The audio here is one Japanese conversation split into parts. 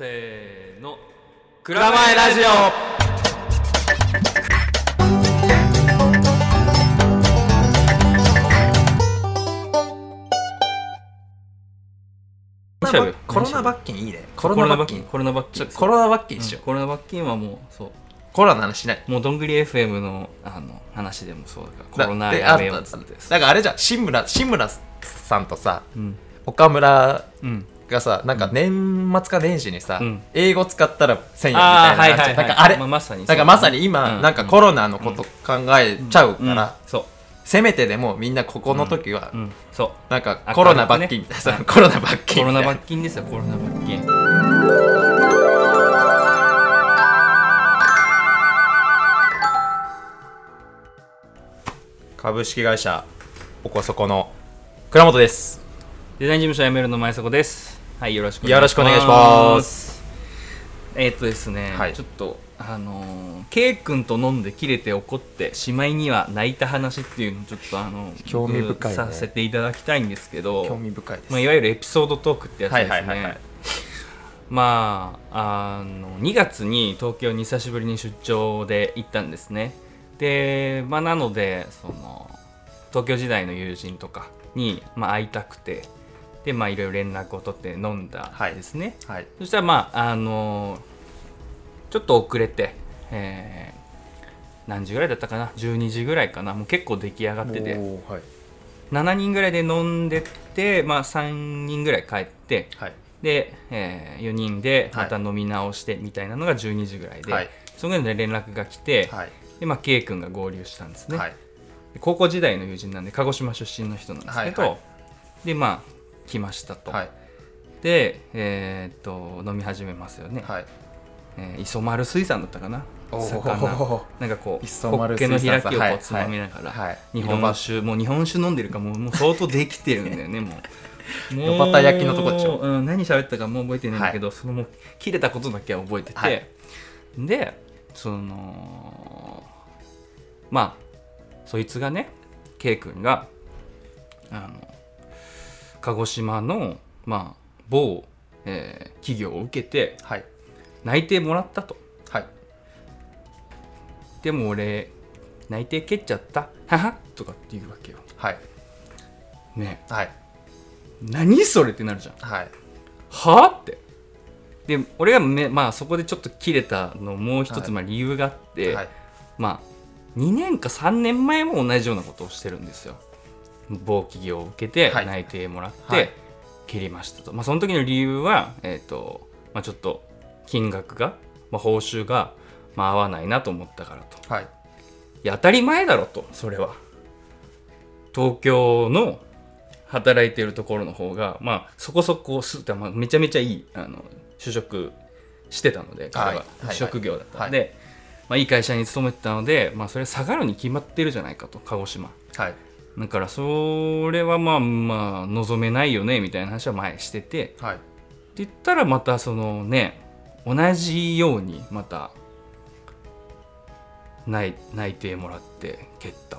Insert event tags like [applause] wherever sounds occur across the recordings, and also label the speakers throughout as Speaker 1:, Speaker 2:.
Speaker 1: せーの
Speaker 2: 蔵前ラジオ
Speaker 1: 何調べ
Speaker 2: コロナ罰金いいねコ
Speaker 1: コ
Speaker 2: ロ
Speaker 1: ロ
Speaker 2: ナ
Speaker 1: ナ
Speaker 2: 罰
Speaker 1: 罰金
Speaker 2: 金
Speaker 1: コロナ罰金
Speaker 2: コロナ罰金
Speaker 1: で
Speaker 2: にし
Speaker 1: し
Speaker 2: よ
Speaker 1: ょコロナ罰金はもうそう
Speaker 2: コロナの話しないう
Speaker 1: もうどんぐり FM のあの話でもそうだから
Speaker 2: だ
Speaker 1: コロナ
Speaker 2: で
Speaker 1: やめよう
Speaker 2: あ
Speaker 1: っつって
Speaker 2: なんかあれじゃん志村志村さんとさ
Speaker 1: うん
Speaker 2: 岡村
Speaker 1: うん
Speaker 2: がさなんか年末か年始にさ、
Speaker 1: うん
Speaker 2: 英語使ったら1000円みたい
Speaker 1: あ
Speaker 2: な
Speaker 1: ー
Speaker 2: のあるじゃん
Speaker 1: はいはいはい
Speaker 2: なんかあれ、
Speaker 1: まあまさにそう
Speaker 2: なんかまさに今、
Speaker 1: うん
Speaker 2: なんかコロナのこと考えちゃうから、
Speaker 1: うんそう
Speaker 2: せめてでもみんなここの時は、
Speaker 1: うんそう
Speaker 2: なんかコロナ罰金みたいなさ、コロナ罰金
Speaker 1: コロ
Speaker 2: みた
Speaker 1: ナ
Speaker 2: いな
Speaker 1: 罰金ですよコロナ罰金
Speaker 2: 株式会社おこそこの倉本です
Speaker 1: デザイン事務所やめるの前そこですはいよろしく
Speaker 2: よろしくお願いします
Speaker 1: えーっとですね、
Speaker 2: はい
Speaker 1: ちょっとあのー K 君と飲んで切れて怒ってしまいには泣いた話っていうのをちょっとあの
Speaker 2: 興味深いね
Speaker 1: させていただきたいんですけど
Speaker 2: 興味深いです、
Speaker 1: まあ、いわゆるエピソードトークってやつですね、
Speaker 2: はいはいはいはい
Speaker 1: まああの2月に東京に久しぶりに出張で行ったんですねでまあなのでその東京時代の友人とかに、まあ、会いたくてでまあいろいろ連絡を取って飲んだんですね、
Speaker 2: はい
Speaker 1: そしたらまああのちょっと遅れて、えー何時ぐらいだったかな12時ぐらいかなもう結構出来上がってて
Speaker 2: おーはい
Speaker 1: 7人ぐらいで飲んでって、まあ、3人ぐらい帰って
Speaker 2: はい
Speaker 1: で、え4人でまた飲み直してみたいなのが12時ぐらいで、
Speaker 2: はい
Speaker 1: そのぐらいで連絡が来て、
Speaker 2: はい
Speaker 1: でまあ、K 君が合流したんですね、
Speaker 2: はい
Speaker 1: で高校時代の友人なんで鹿児島出身の人なんですけど、
Speaker 2: はいは
Speaker 1: でまあ来ましたと、
Speaker 2: はい
Speaker 1: で、えーっと飲み始めますよね、
Speaker 2: はい
Speaker 1: えー磯丸水産だったかな
Speaker 2: おー
Speaker 1: 魚なんかこう
Speaker 2: 磯
Speaker 1: ホ
Speaker 2: 丸
Speaker 1: ッケの
Speaker 2: 水産
Speaker 1: 開
Speaker 2: さん
Speaker 1: きを
Speaker 2: は
Speaker 1: こう
Speaker 2: い
Speaker 1: つまみながら、
Speaker 2: はいはい
Speaker 1: 日本酒もう日本酒飲んでるからもうもう相当できてるんだよねもう
Speaker 2: [laughs]
Speaker 1: もう
Speaker 2: 炉端焼きのとこでしょ
Speaker 1: うん、何喋ったかもう覚えてないんだけど、そのもう切れたことだけは覚えてて、
Speaker 2: はい
Speaker 1: でそのまあそいつがね K 君があの鹿児島の、まあ、某、えー企業を受けて
Speaker 2: はい
Speaker 1: 内定もらったと。
Speaker 2: はい
Speaker 1: でも俺内定蹴っちゃったははとかって言うわけよ
Speaker 2: はい
Speaker 1: ね
Speaker 2: はい
Speaker 1: え何それってなるじゃん
Speaker 2: はい
Speaker 1: はあってで俺がめ、まあ、そこでちょっと切れたのもう一
Speaker 2: は
Speaker 1: つ
Speaker 2: い
Speaker 1: まあ理由があって、
Speaker 2: はい
Speaker 1: まあ2年か3年前も同じようなことをしてるんですよ某企業を受けて
Speaker 2: はい
Speaker 1: 内定もらっ
Speaker 2: は
Speaker 1: て
Speaker 2: い
Speaker 1: 蹴りましたと、まあ、その時の理由は、えーとまあ、ちょっと金額が、まあ、報酬が、まあ、合わないなと思ったからと
Speaker 2: はい
Speaker 1: いや当たり前だろとそれは東京の働いてるところの方がまあそこそこす、まあ、めちゃめちゃいいあの就職してたので彼は、
Speaker 2: はいはい
Speaker 1: 職業だったんで、まあ、いい会社に勤めてたので、まあ、それは下がるに決まってるじゃないかと鹿児島
Speaker 2: はい
Speaker 1: だからそれはまあまあ望めないよねみたいな話は前にしてて
Speaker 2: はい
Speaker 1: って言ったらまたそのね同じようにまた内内定もらって蹴った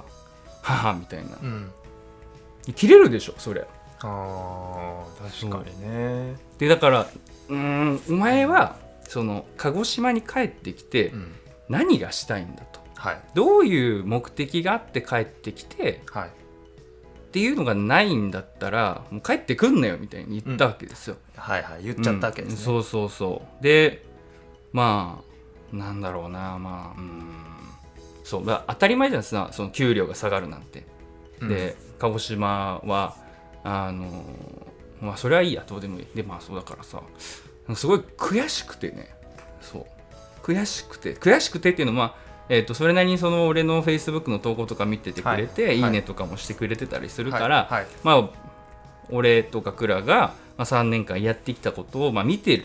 Speaker 1: 母みたいな
Speaker 2: うん
Speaker 1: 切れるでしょそれ
Speaker 2: あー確かにね
Speaker 1: でだからうーんお前はその鹿児島に帰ってきて
Speaker 2: うん
Speaker 1: 何がしたいんだと
Speaker 2: はい
Speaker 1: どういう目的があって帰ってきて
Speaker 2: はい
Speaker 1: っていうのがないんだったらもう帰ってくんなよみたいに言ったわけですよ、
Speaker 2: はいはい言っちゃったわけですね、
Speaker 1: うんそうそうそうでまあなんだろうなまあうんそうだ当たり前じゃないですかその給料が下がるなんて、
Speaker 2: うん
Speaker 1: で鹿児島はあのまあそれはいいやどうでもいいでまあそうだからさすごい悔しくてねそう悔しくて悔しくてっていうのは、えー、とそれなりにその俺のフェイスブックの投稿とか見ててくれて、
Speaker 2: はい
Speaker 1: い、い
Speaker 2: はい
Speaker 1: ねとかもしてくれてたりする
Speaker 2: はい
Speaker 1: から、
Speaker 2: はい
Speaker 1: まあ、俺とか倉が、まあ、3年間やってきたことを、まあ、見て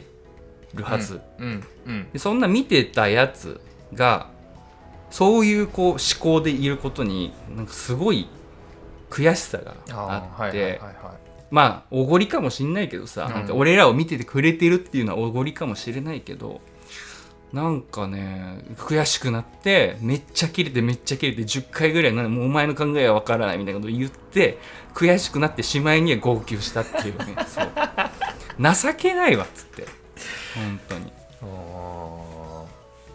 Speaker 1: るはず、
Speaker 2: うんうん
Speaker 1: でそんな見てたやつがそういうこう思考でいることになんかすごい悔しさがあ
Speaker 2: ー
Speaker 1: って
Speaker 2: はいはいはい
Speaker 1: まあおごりかもしんないけどさ、
Speaker 2: うん
Speaker 1: なんか俺らを見ててくれてるっていうのはおごりかもしれないけどなんかね悔しくなってめっちゃ切れてめっちゃ切れて10回ぐらいなもうお前の考えは分からないみたいなことを言って悔しく
Speaker 2: [laughs]
Speaker 1: なってしまいには号泣したっていうねそう情けないわっつって本当に
Speaker 2: あ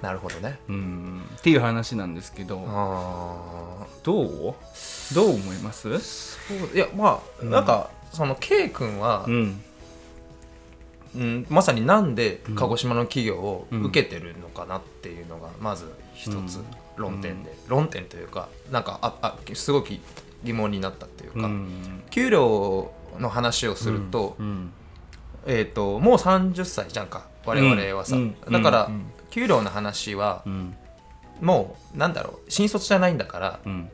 Speaker 2: ーなるほどね
Speaker 1: うんっていう話なんですけど
Speaker 2: あー
Speaker 1: どうどう思います
Speaker 2: そういやまあ、なんかその K 君は、
Speaker 1: うん
Speaker 2: うん、まさになんで鹿児島の企業を
Speaker 1: うん
Speaker 2: 受けてるのかなっていうのがまず一つ論点で、論点というかなんかああすごく疑問になったっていう
Speaker 1: う
Speaker 2: か、
Speaker 1: ん
Speaker 2: 給料の話をすると,、
Speaker 1: うん
Speaker 2: えー、ともう30歳じゃんか我々はさ、
Speaker 1: うんうん
Speaker 2: だから、
Speaker 1: うん
Speaker 2: 給料の話は
Speaker 1: うん
Speaker 2: もうなんだろう新卒じゃないんだから、
Speaker 1: うん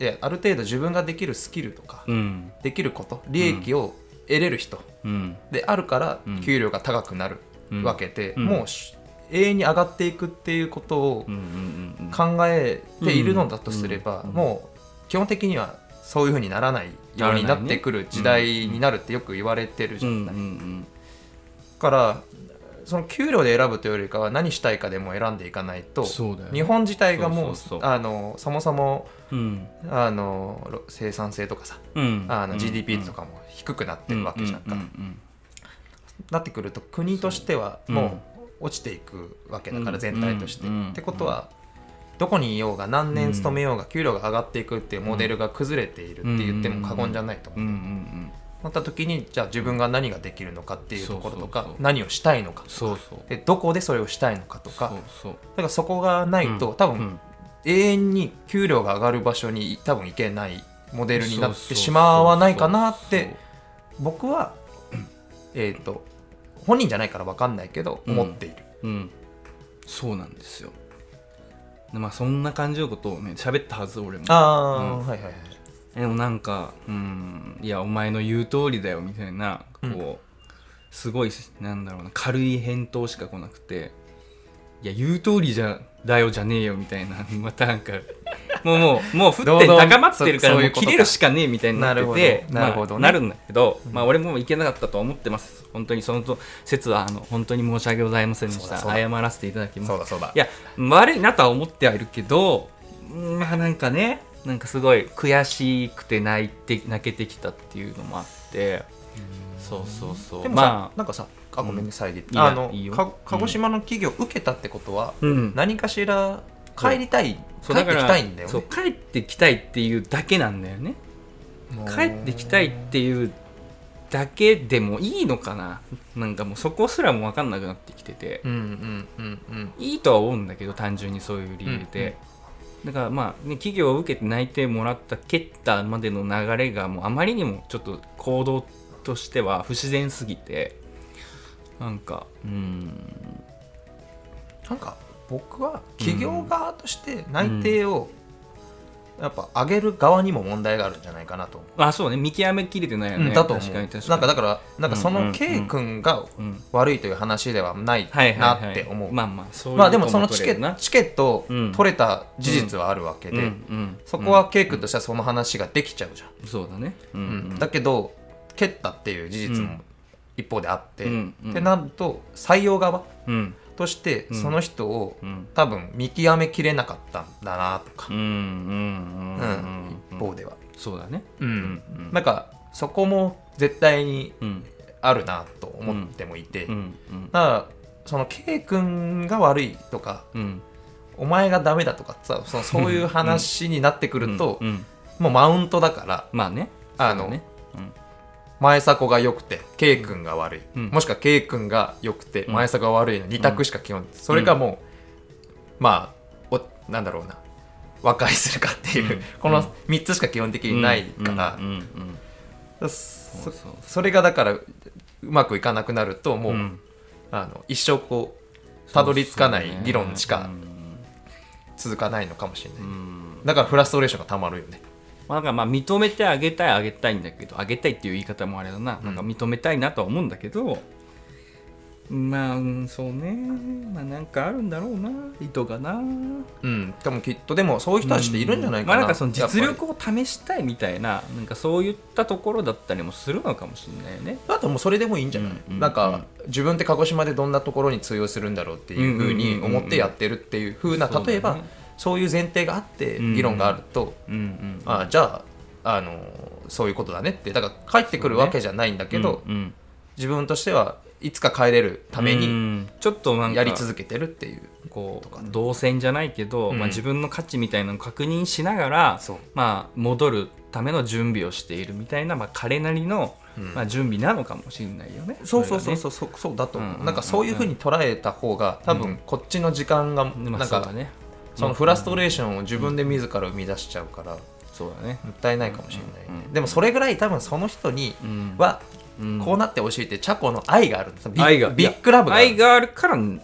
Speaker 2: いやある程度自分ができるスキルとか、
Speaker 1: うん
Speaker 2: できること利益を得れる人、
Speaker 1: うん
Speaker 2: であるから
Speaker 1: うん
Speaker 2: 給料が高くなるわけで、
Speaker 1: うん
Speaker 2: もうし永遠に上がっていくっていうことを
Speaker 1: うんうんうん
Speaker 2: 考えているのだとすれば、
Speaker 1: うんうん
Speaker 2: もう基本的にはそういうふうにならないようになってくる時代になるってよく言われてるじ
Speaker 1: う
Speaker 2: ゃない、
Speaker 1: んうん
Speaker 2: だからその給料で選ぶというよりかは何したいかでも選んでいかないと
Speaker 1: そうだよね
Speaker 2: 日本自体がもう
Speaker 1: そうそうそう
Speaker 2: あのそもそも
Speaker 1: うん
Speaker 2: あのろ生産性とかさ
Speaker 1: うん
Speaker 2: あの GDP
Speaker 1: うん
Speaker 2: とかも低くなってるわけじゃん
Speaker 1: う
Speaker 2: か、
Speaker 1: んうん
Speaker 2: なってくると国としては
Speaker 1: そう
Speaker 2: もう落ちていくわけだか
Speaker 1: う
Speaker 2: ら
Speaker 1: ん
Speaker 2: 全体として。
Speaker 1: うん
Speaker 2: ってことはどこにいようが何年勤めようが給料が上がっていくっていうモデルが崩れているって言っても過言じゃないと
Speaker 1: うんうんう
Speaker 2: 思うん
Speaker 1: うん
Speaker 2: なった時にじゃあ自分が何ができるのかっていうところと
Speaker 1: そう
Speaker 2: か
Speaker 1: そうそう
Speaker 2: 何をしたいのか
Speaker 1: そうそう
Speaker 2: でどこでそれをしたいのかとか
Speaker 1: そうそう
Speaker 2: だからそこがないと多分永遠に給料が上がる場所に多分行けないモデルになってしまわないかなって僕は、えー、と本人じゃないから分かんないけど
Speaker 1: うん
Speaker 2: 思っている、
Speaker 1: うん、そうなんですよでまあそんな感じのことをね喋ったはず俺も
Speaker 2: あ
Speaker 1: ー
Speaker 2: はいはいはい
Speaker 1: でもなんかうんいやお前の言う通りだよみたいなこう、
Speaker 2: うん
Speaker 1: すごいなんだろうな軽い返答しか来なくていや言う通りじゃだよじゃねえよみたいな [laughs] またなんかもうもうもう沸点高まってるからも
Speaker 2: どうぞそそういううこと
Speaker 1: 切
Speaker 2: か
Speaker 1: れるしかねえみたいになってて
Speaker 2: なるほど
Speaker 1: ま
Speaker 2: な
Speaker 1: あなる
Speaker 2: るほどね
Speaker 1: んだけど、まあ俺もいけなかったとは思ってます本当にそのと説はあの本当に申し訳ございませんでし
Speaker 2: そうだ
Speaker 1: た
Speaker 2: そうだ
Speaker 1: 謝らせていただきます
Speaker 2: だそうだ
Speaker 1: いや悪いなとは思ってはいるけどうんまあなんかねなんかすごい悔しくて泣いて泣けてきたっていうのもあってそうそうそう
Speaker 2: でもさ、
Speaker 1: まあ
Speaker 2: なんかさあごめんね遮って
Speaker 1: いや
Speaker 2: あの
Speaker 1: いいよ
Speaker 2: か
Speaker 1: うん
Speaker 2: 鹿児島の企業受けたってことは、
Speaker 1: うん
Speaker 2: 何かしら帰りたい
Speaker 1: そ
Speaker 2: 帰
Speaker 1: う
Speaker 2: っ
Speaker 1: だ
Speaker 2: て
Speaker 1: か
Speaker 2: き
Speaker 1: ら
Speaker 2: たいんだよ
Speaker 1: そ
Speaker 2: ね
Speaker 1: う帰ってきたいっていうだけなんだよね
Speaker 2: もう
Speaker 1: 帰ってきたいっていうだけでもいいのかななんかもうそこすらも分かんなくなってきてて、
Speaker 2: うんうんうんうん
Speaker 1: いいとは思うんだけど単純にそういう理由で、だからまあ、ね、企業を受けて内定もらった蹴ったまでの流れがもうあまりにもちょっと行動としては不自然すぎてなんかうん
Speaker 2: なんか僕は企業側として内定を、やっぱ上げる側にも問題があるんじゃないかなと思
Speaker 1: あそうね見極めきれてないよ
Speaker 2: う、
Speaker 1: ね、
Speaker 2: うんだと思う
Speaker 1: 確かに確かに
Speaker 2: なんかだからなんかそ
Speaker 1: うんうんう
Speaker 2: の
Speaker 1: ん
Speaker 2: K 君が
Speaker 1: うん
Speaker 2: 悪いという話ではない
Speaker 1: はいはい
Speaker 2: な
Speaker 1: はい、
Speaker 2: って思う。
Speaker 1: まあまあそういう
Speaker 2: まあでもそのチ
Speaker 1: チ
Speaker 2: ケ
Speaker 1: ケ
Speaker 2: ットチケットを
Speaker 1: うん
Speaker 2: 取れた事実はあるわけで、
Speaker 1: うん、
Speaker 2: そこはケイ君としてはその話ができちゃうじゃん。
Speaker 1: うんそうだねうんう
Speaker 2: うん
Speaker 1: ん
Speaker 2: だけど蹴ったっていう事実
Speaker 1: う
Speaker 2: も
Speaker 1: ん
Speaker 2: 一方であって、
Speaker 1: うんうん
Speaker 2: ってなると採用側
Speaker 1: うん
Speaker 2: として
Speaker 1: うん
Speaker 2: その人を
Speaker 1: うん
Speaker 2: 多分見極めきれなかったんだなとか
Speaker 1: うんう、ん
Speaker 2: う
Speaker 1: うんんうん
Speaker 2: 一方では。
Speaker 1: そうだね
Speaker 2: うん
Speaker 1: うん
Speaker 2: なんかそこも絶対に
Speaker 1: うん
Speaker 2: あるなと思ってもいて、
Speaker 1: う
Speaker 2: だか
Speaker 1: んうん
Speaker 2: らそのケイ君が悪いとか
Speaker 1: うん
Speaker 2: お前がダメだとかさそのそういう話になってくると、
Speaker 1: うんうん
Speaker 2: もうマウントだから
Speaker 1: まあね
Speaker 2: あの
Speaker 1: そうだねうん
Speaker 2: 前迫が良くて K 君が悪い、
Speaker 1: うん
Speaker 2: もしくは K 君が良くて
Speaker 1: ん
Speaker 2: 前迫が悪いの2択しか基本、それがもうまあおなんだろうな和解するかってい
Speaker 1: う
Speaker 2: う、
Speaker 1: ん
Speaker 2: この3つしか基本的にないから、
Speaker 1: うんうんうん
Speaker 2: そ
Speaker 1: そうそう
Speaker 2: それがだからうまくいかなくなるともう、
Speaker 1: うん
Speaker 2: あの一生こうたどり着かない議論し
Speaker 1: そう
Speaker 2: か
Speaker 1: ですね
Speaker 2: 続かないのかもしれない、
Speaker 1: うんうん
Speaker 2: だからフラストレーションがたまるよね
Speaker 1: まあなんかまあ認めてあげたいあげたいんだけどあげたいっていう言い方もあれだな,、
Speaker 2: ん
Speaker 1: なんか認めたいなとは思うんだけどまあうんそうねまあなんかあるんだろうな意図がな
Speaker 2: うん、でもきっとでもそういう人たちっているんじゃないかな,、
Speaker 1: まあ、なんかその実
Speaker 2: やっぱ
Speaker 1: 力を試したいみたいななんかそういったところだったりもするのかもしれないよね
Speaker 2: りだってもうそれでもいいんじゃない、
Speaker 1: うんうん
Speaker 2: なんか自分って鹿児島でどんなところに通用するんだろうっていうふうに思ってやってるっていうふうな、
Speaker 1: うんうんうんうん
Speaker 2: 例
Speaker 1: そう
Speaker 2: えば
Speaker 1: だね
Speaker 2: そういう前提があって
Speaker 1: うんうん
Speaker 2: 議論があると、
Speaker 1: うんうん
Speaker 2: ああじゃああのそういうことだねってだから帰ってくるわけじゃないんだけど、
Speaker 1: うんうん
Speaker 2: 自分としてはいつか帰れるため
Speaker 1: う
Speaker 2: に
Speaker 1: んちょっとなんか
Speaker 2: やり続けてるっていう
Speaker 1: ことう
Speaker 2: かね
Speaker 1: 動線じゃないけど、
Speaker 2: うん
Speaker 1: まあ、自分の価値みたいなのを確認しながら、
Speaker 2: そう
Speaker 1: まあ、戻るための準備をしているみたいな、まあ、彼なりの、
Speaker 2: うん
Speaker 1: まあ、準備なのかもしれないよね。
Speaker 2: そうそうそう
Speaker 1: れがね
Speaker 2: そうそうそうだと思う、
Speaker 1: うんうんうん
Speaker 2: なんかそういうふうに捉えた方が多
Speaker 1: うん
Speaker 2: 分こっちの時間が
Speaker 1: まあ
Speaker 2: なん
Speaker 1: そう
Speaker 2: か
Speaker 1: だね
Speaker 2: そのフラストレーションを自分で自ら生み出しちゃうからも
Speaker 1: そうだね、
Speaker 2: ったいないかもしれない、ね
Speaker 1: うんうんうん
Speaker 2: でもそれぐらい多分その人に
Speaker 1: うん
Speaker 2: は
Speaker 1: うん
Speaker 2: こうなってほしいってチャコの愛があるんですビッ
Speaker 1: 愛が
Speaker 2: ビッグラブがある
Speaker 1: 愛があるからも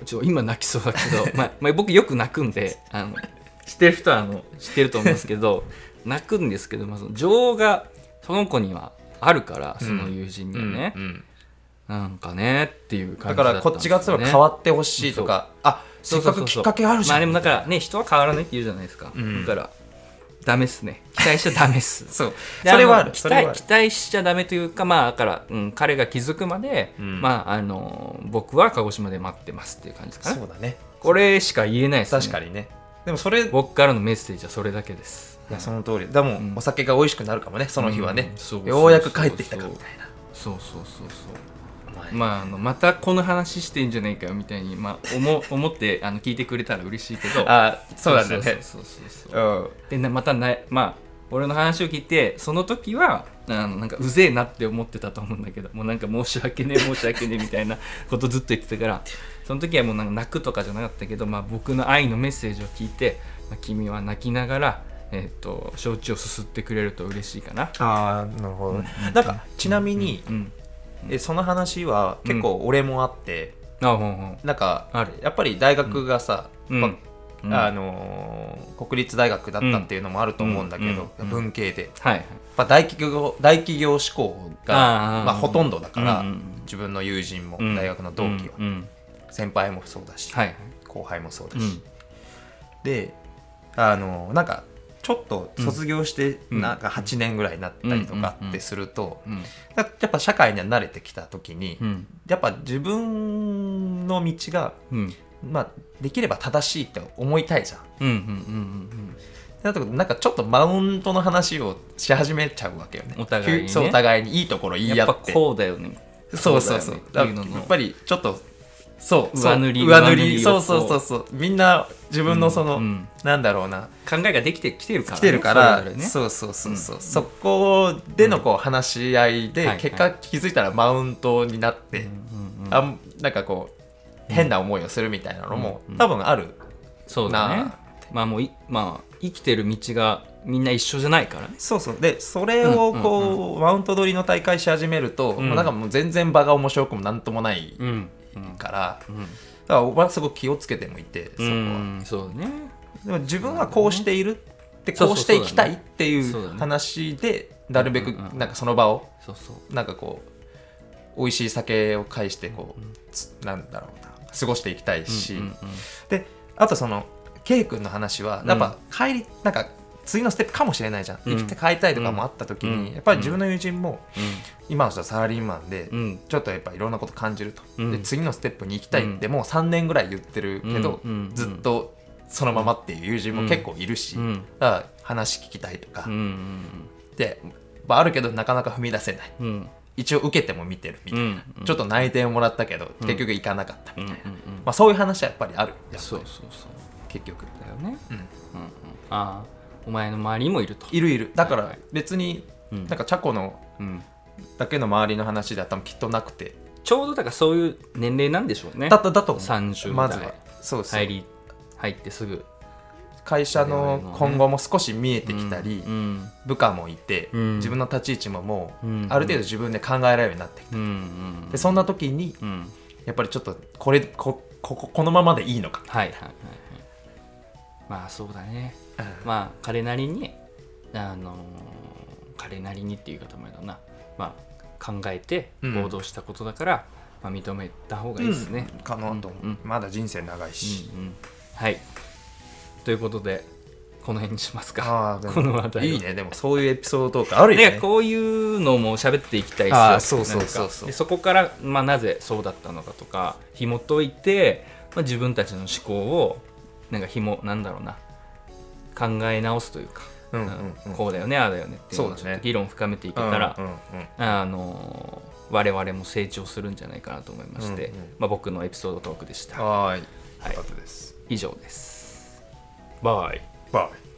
Speaker 1: うちょ今泣きそうだけど、 [laughs] まあまあ、僕よく泣くんであの知ってる人はあの知ってると思うんですけ [laughs] ど泣くんですけど、まあ、その情がその子にはあるからその友人にはね、
Speaker 2: うんうん
Speaker 1: なんかねっていう感
Speaker 2: だ
Speaker 1: じ
Speaker 2: か
Speaker 1: だったん
Speaker 2: ら
Speaker 1: ですよね、
Speaker 2: こっちがつまり変わってほしいとかあせ
Speaker 1: そう
Speaker 2: っ
Speaker 1: そ
Speaker 2: か
Speaker 1: うそ
Speaker 2: く
Speaker 1: う
Speaker 2: き
Speaker 1: そう
Speaker 2: っかけあるじゃ
Speaker 1: ま
Speaker 2: ん
Speaker 1: あでもだからね人は変わらないって言うじゃないですか、
Speaker 2: うん
Speaker 1: だからダメっすね期待しちゃダメっす
Speaker 2: [laughs] そう
Speaker 1: で
Speaker 2: それはあ
Speaker 1: の
Speaker 2: る
Speaker 1: 期
Speaker 2: それはあ
Speaker 1: 待
Speaker 2: る
Speaker 1: 期待しちゃダメというかまあだから、うん、彼が気づくまで、
Speaker 2: うん
Speaker 1: まああの僕は鹿児島で待ってますっていう感じですかね
Speaker 2: そうだね
Speaker 1: これしか言えないですね
Speaker 2: 確かにねでもそれい
Speaker 1: 僕からのメッセージはそれだけです
Speaker 2: やその通りでも
Speaker 1: ん
Speaker 2: お酒が美味しくなるかもねその日はね
Speaker 1: うんそう
Speaker 2: ようやく帰ってきたかみたいな
Speaker 1: そうそうそうそう
Speaker 2: はい
Speaker 1: まああのまたこの話してんじゃないかよみたいに、まあ、思思ってあの聞いてくれたら嬉しいけど
Speaker 2: あそうなんだよね
Speaker 1: そうそうそうそう
Speaker 2: うん
Speaker 1: でなまたなまあ俺の話を聞いてその時はあのなんかうぜえなって思ってたと思うんだけどもうなんか申し訳ねえ申し訳ねえみたいなことずっと言ってたからその時はもうなんか泣くとかじゃなかったけど、まあ、僕の愛のメッセージを聞いて、まあ君は泣きながら、えっと焼酎をすすってくれると嬉しいかな。
Speaker 2: あーなるほどねなんかちなみに
Speaker 1: うん、
Speaker 2: えその話は結構俺もあって
Speaker 1: あほんほん
Speaker 2: なんか
Speaker 1: ある
Speaker 2: やっぱり大学がさ
Speaker 1: うん
Speaker 2: ま
Speaker 1: うん
Speaker 2: あのー国立大学だったっていうのもあると思うんだけど
Speaker 1: うんうん
Speaker 2: 文系で
Speaker 1: はいはい
Speaker 2: まあ大企業大企業志向
Speaker 1: あー
Speaker 2: がまあほとんどだから
Speaker 1: うんうん
Speaker 2: 自分の友人も
Speaker 1: うん
Speaker 2: 大学の同期は
Speaker 1: うんうん
Speaker 2: 先輩もそうだし
Speaker 1: はいはい
Speaker 2: 後輩もそうだ
Speaker 1: う
Speaker 2: し
Speaker 1: ん
Speaker 2: であのなんかちょっと卒業して
Speaker 1: うん
Speaker 2: なんか8年ぐらいになったりとか
Speaker 1: うんうんうん
Speaker 2: ってすると
Speaker 1: うん
Speaker 2: やっぱ社会には慣れてきた時に
Speaker 1: うん
Speaker 2: やっぱ自分の道が、
Speaker 1: うん
Speaker 2: まあ、できれば正しいって思いたいじゃん。
Speaker 1: うんうんうん
Speaker 2: だとなんかちょっとマウントの話をし始めちゃうわけよね。
Speaker 1: お互いにね
Speaker 2: 急そうお互いにいいところ
Speaker 1: うん
Speaker 2: 言い
Speaker 1: や
Speaker 2: 合
Speaker 1: っぱ
Speaker 2: って。
Speaker 1: こうだよね
Speaker 2: そうそうそう。
Speaker 1: だよねって
Speaker 2: だから
Speaker 1: いうのの
Speaker 2: やっぱりちょっとそうそう
Speaker 1: 上塗り
Speaker 2: 上塗
Speaker 1: 上塗り
Speaker 2: り
Speaker 1: をこ
Speaker 2: そううそうそうそうみんな自分のその、
Speaker 1: うんうん
Speaker 2: なんだろうな
Speaker 1: 考えができてきてるからね、
Speaker 2: 来てるから
Speaker 1: それぞれね
Speaker 2: そうそうそうそう、そこでのこう話し合い
Speaker 1: うんは
Speaker 2: で
Speaker 1: い
Speaker 2: 結果気づいたらマウントになって、
Speaker 1: うんうん
Speaker 2: あんなんかこう変な思いをするみたいなのも、多分ある、
Speaker 1: そうだね
Speaker 2: なあ
Speaker 1: まあもういまあ生きてる道がみんな一緒じゃないからね
Speaker 2: そうそうでそれをこう,、マウント取りの大会し始めると、
Speaker 1: ん
Speaker 2: もうなんかもう全然場が面白くもなんともない
Speaker 1: うん
Speaker 2: から、
Speaker 1: ん
Speaker 2: だから僕はすごく気をつけてもいてそこ
Speaker 1: そこ
Speaker 2: は、
Speaker 1: はそうだね
Speaker 2: でも自分はこうしているって、
Speaker 1: そう
Speaker 2: こ
Speaker 1: そうそ
Speaker 2: うし
Speaker 1: う
Speaker 2: ていきたいってい
Speaker 1: そうだ
Speaker 2: う
Speaker 1: ね
Speaker 2: 話でなるべく
Speaker 1: うんうんうん
Speaker 2: なんかその場を
Speaker 1: そうそう
Speaker 2: なんかこう美味しい酒を介してこう、つなんだろうな過ごしていきたいし、
Speaker 1: うんうん
Speaker 2: であとその K 君の話はやっぱ帰り、なんか次のステップかもしれないじゃん、
Speaker 1: うん
Speaker 2: 生きて帰りたいとかもあった時に、
Speaker 1: うん
Speaker 2: やっぱり自分の友人も今の人はサラリーマンで、
Speaker 1: うん
Speaker 2: ちょっとやっぱいろんなこと感じると、
Speaker 1: うん
Speaker 2: で次のステップに行きたいって
Speaker 1: う
Speaker 2: もう3年ぐらい言ってるけど、
Speaker 1: うんうん
Speaker 2: ずっとそのままっていう友人も結構いるし、
Speaker 1: うん
Speaker 2: だから話聞きたいとか、
Speaker 1: うん
Speaker 2: で、まあ、あるけどなかなか踏み出せない
Speaker 1: うんうん
Speaker 2: 一応受けても見てるみ
Speaker 1: う
Speaker 2: たいな、
Speaker 1: ん
Speaker 2: ちょっと内定をもらったけど結局行かなかったみたいな、
Speaker 1: うんうんうん
Speaker 2: まあ、そういう話はやっぱりあるやっぱ
Speaker 1: そう
Speaker 2: り
Speaker 1: そうそう
Speaker 2: 結局
Speaker 1: だよね
Speaker 2: うん
Speaker 1: うんうんああお前の周りにもいると
Speaker 2: いるいるだか
Speaker 1: はいは
Speaker 2: ら
Speaker 1: い
Speaker 2: 別に
Speaker 1: うん
Speaker 2: なんかチャコの
Speaker 1: うん
Speaker 2: だけの周りの話だったもきっとなくて
Speaker 1: ちょうどだからそういう年齢なんでしょうね
Speaker 2: だっただと思う
Speaker 1: 30代
Speaker 2: まずはそうそう
Speaker 1: 入り入ってすぐ
Speaker 2: 会社の今後も少し見えてきたり
Speaker 1: うん
Speaker 2: 部下もいて
Speaker 1: うん
Speaker 2: 自分の立ち位置ももう
Speaker 1: うん
Speaker 2: ある程度自分で考えられるようになってき
Speaker 1: うん
Speaker 2: た
Speaker 1: うん
Speaker 2: でそんな時に
Speaker 1: うん
Speaker 2: やっぱりちょっとこれここここのままでいいのか
Speaker 1: はいはいはいはいまあそうだねまあ彼なりにあのー彼なりにっていう言い方もあれだなまあ考えて
Speaker 2: うん
Speaker 1: 行動したことだから、まあ、認めた方がいいですね、
Speaker 2: かなと
Speaker 1: うんう
Speaker 2: 思
Speaker 1: ん
Speaker 2: うまだ人生長いし
Speaker 1: うんうんはいということでこの辺にします
Speaker 2: あ
Speaker 1: か
Speaker 2: ーでも
Speaker 1: この話題はい
Speaker 2: いねでもそういうエピソードとかあるよ
Speaker 1: ね
Speaker 2: ね
Speaker 1: こういうのも喋っていきたいっす
Speaker 2: あーそうそう
Speaker 1: なんか
Speaker 2: そうそう
Speaker 1: でそこから、まあ、なぜそうだったのかとか紐解いて、まあ、自分たちの思考をなんか紐なんだろうな考え直すというか、
Speaker 2: うんうんうん
Speaker 1: こうだよねああだよねっていうのを
Speaker 2: そうだね
Speaker 1: ちょっと議論を深めていけ
Speaker 2: うん
Speaker 1: たら、
Speaker 2: うんうん
Speaker 1: あのー我々も成長するんじゃないかなと思いまして、
Speaker 2: うんうん
Speaker 1: まあ、僕のエピソードトークでした
Speaker 2: はーい。
Speaker 1: はい
Speaker 2: よかったです。
Speaker 1: 以上ですバイ
Speaker 2: バイ。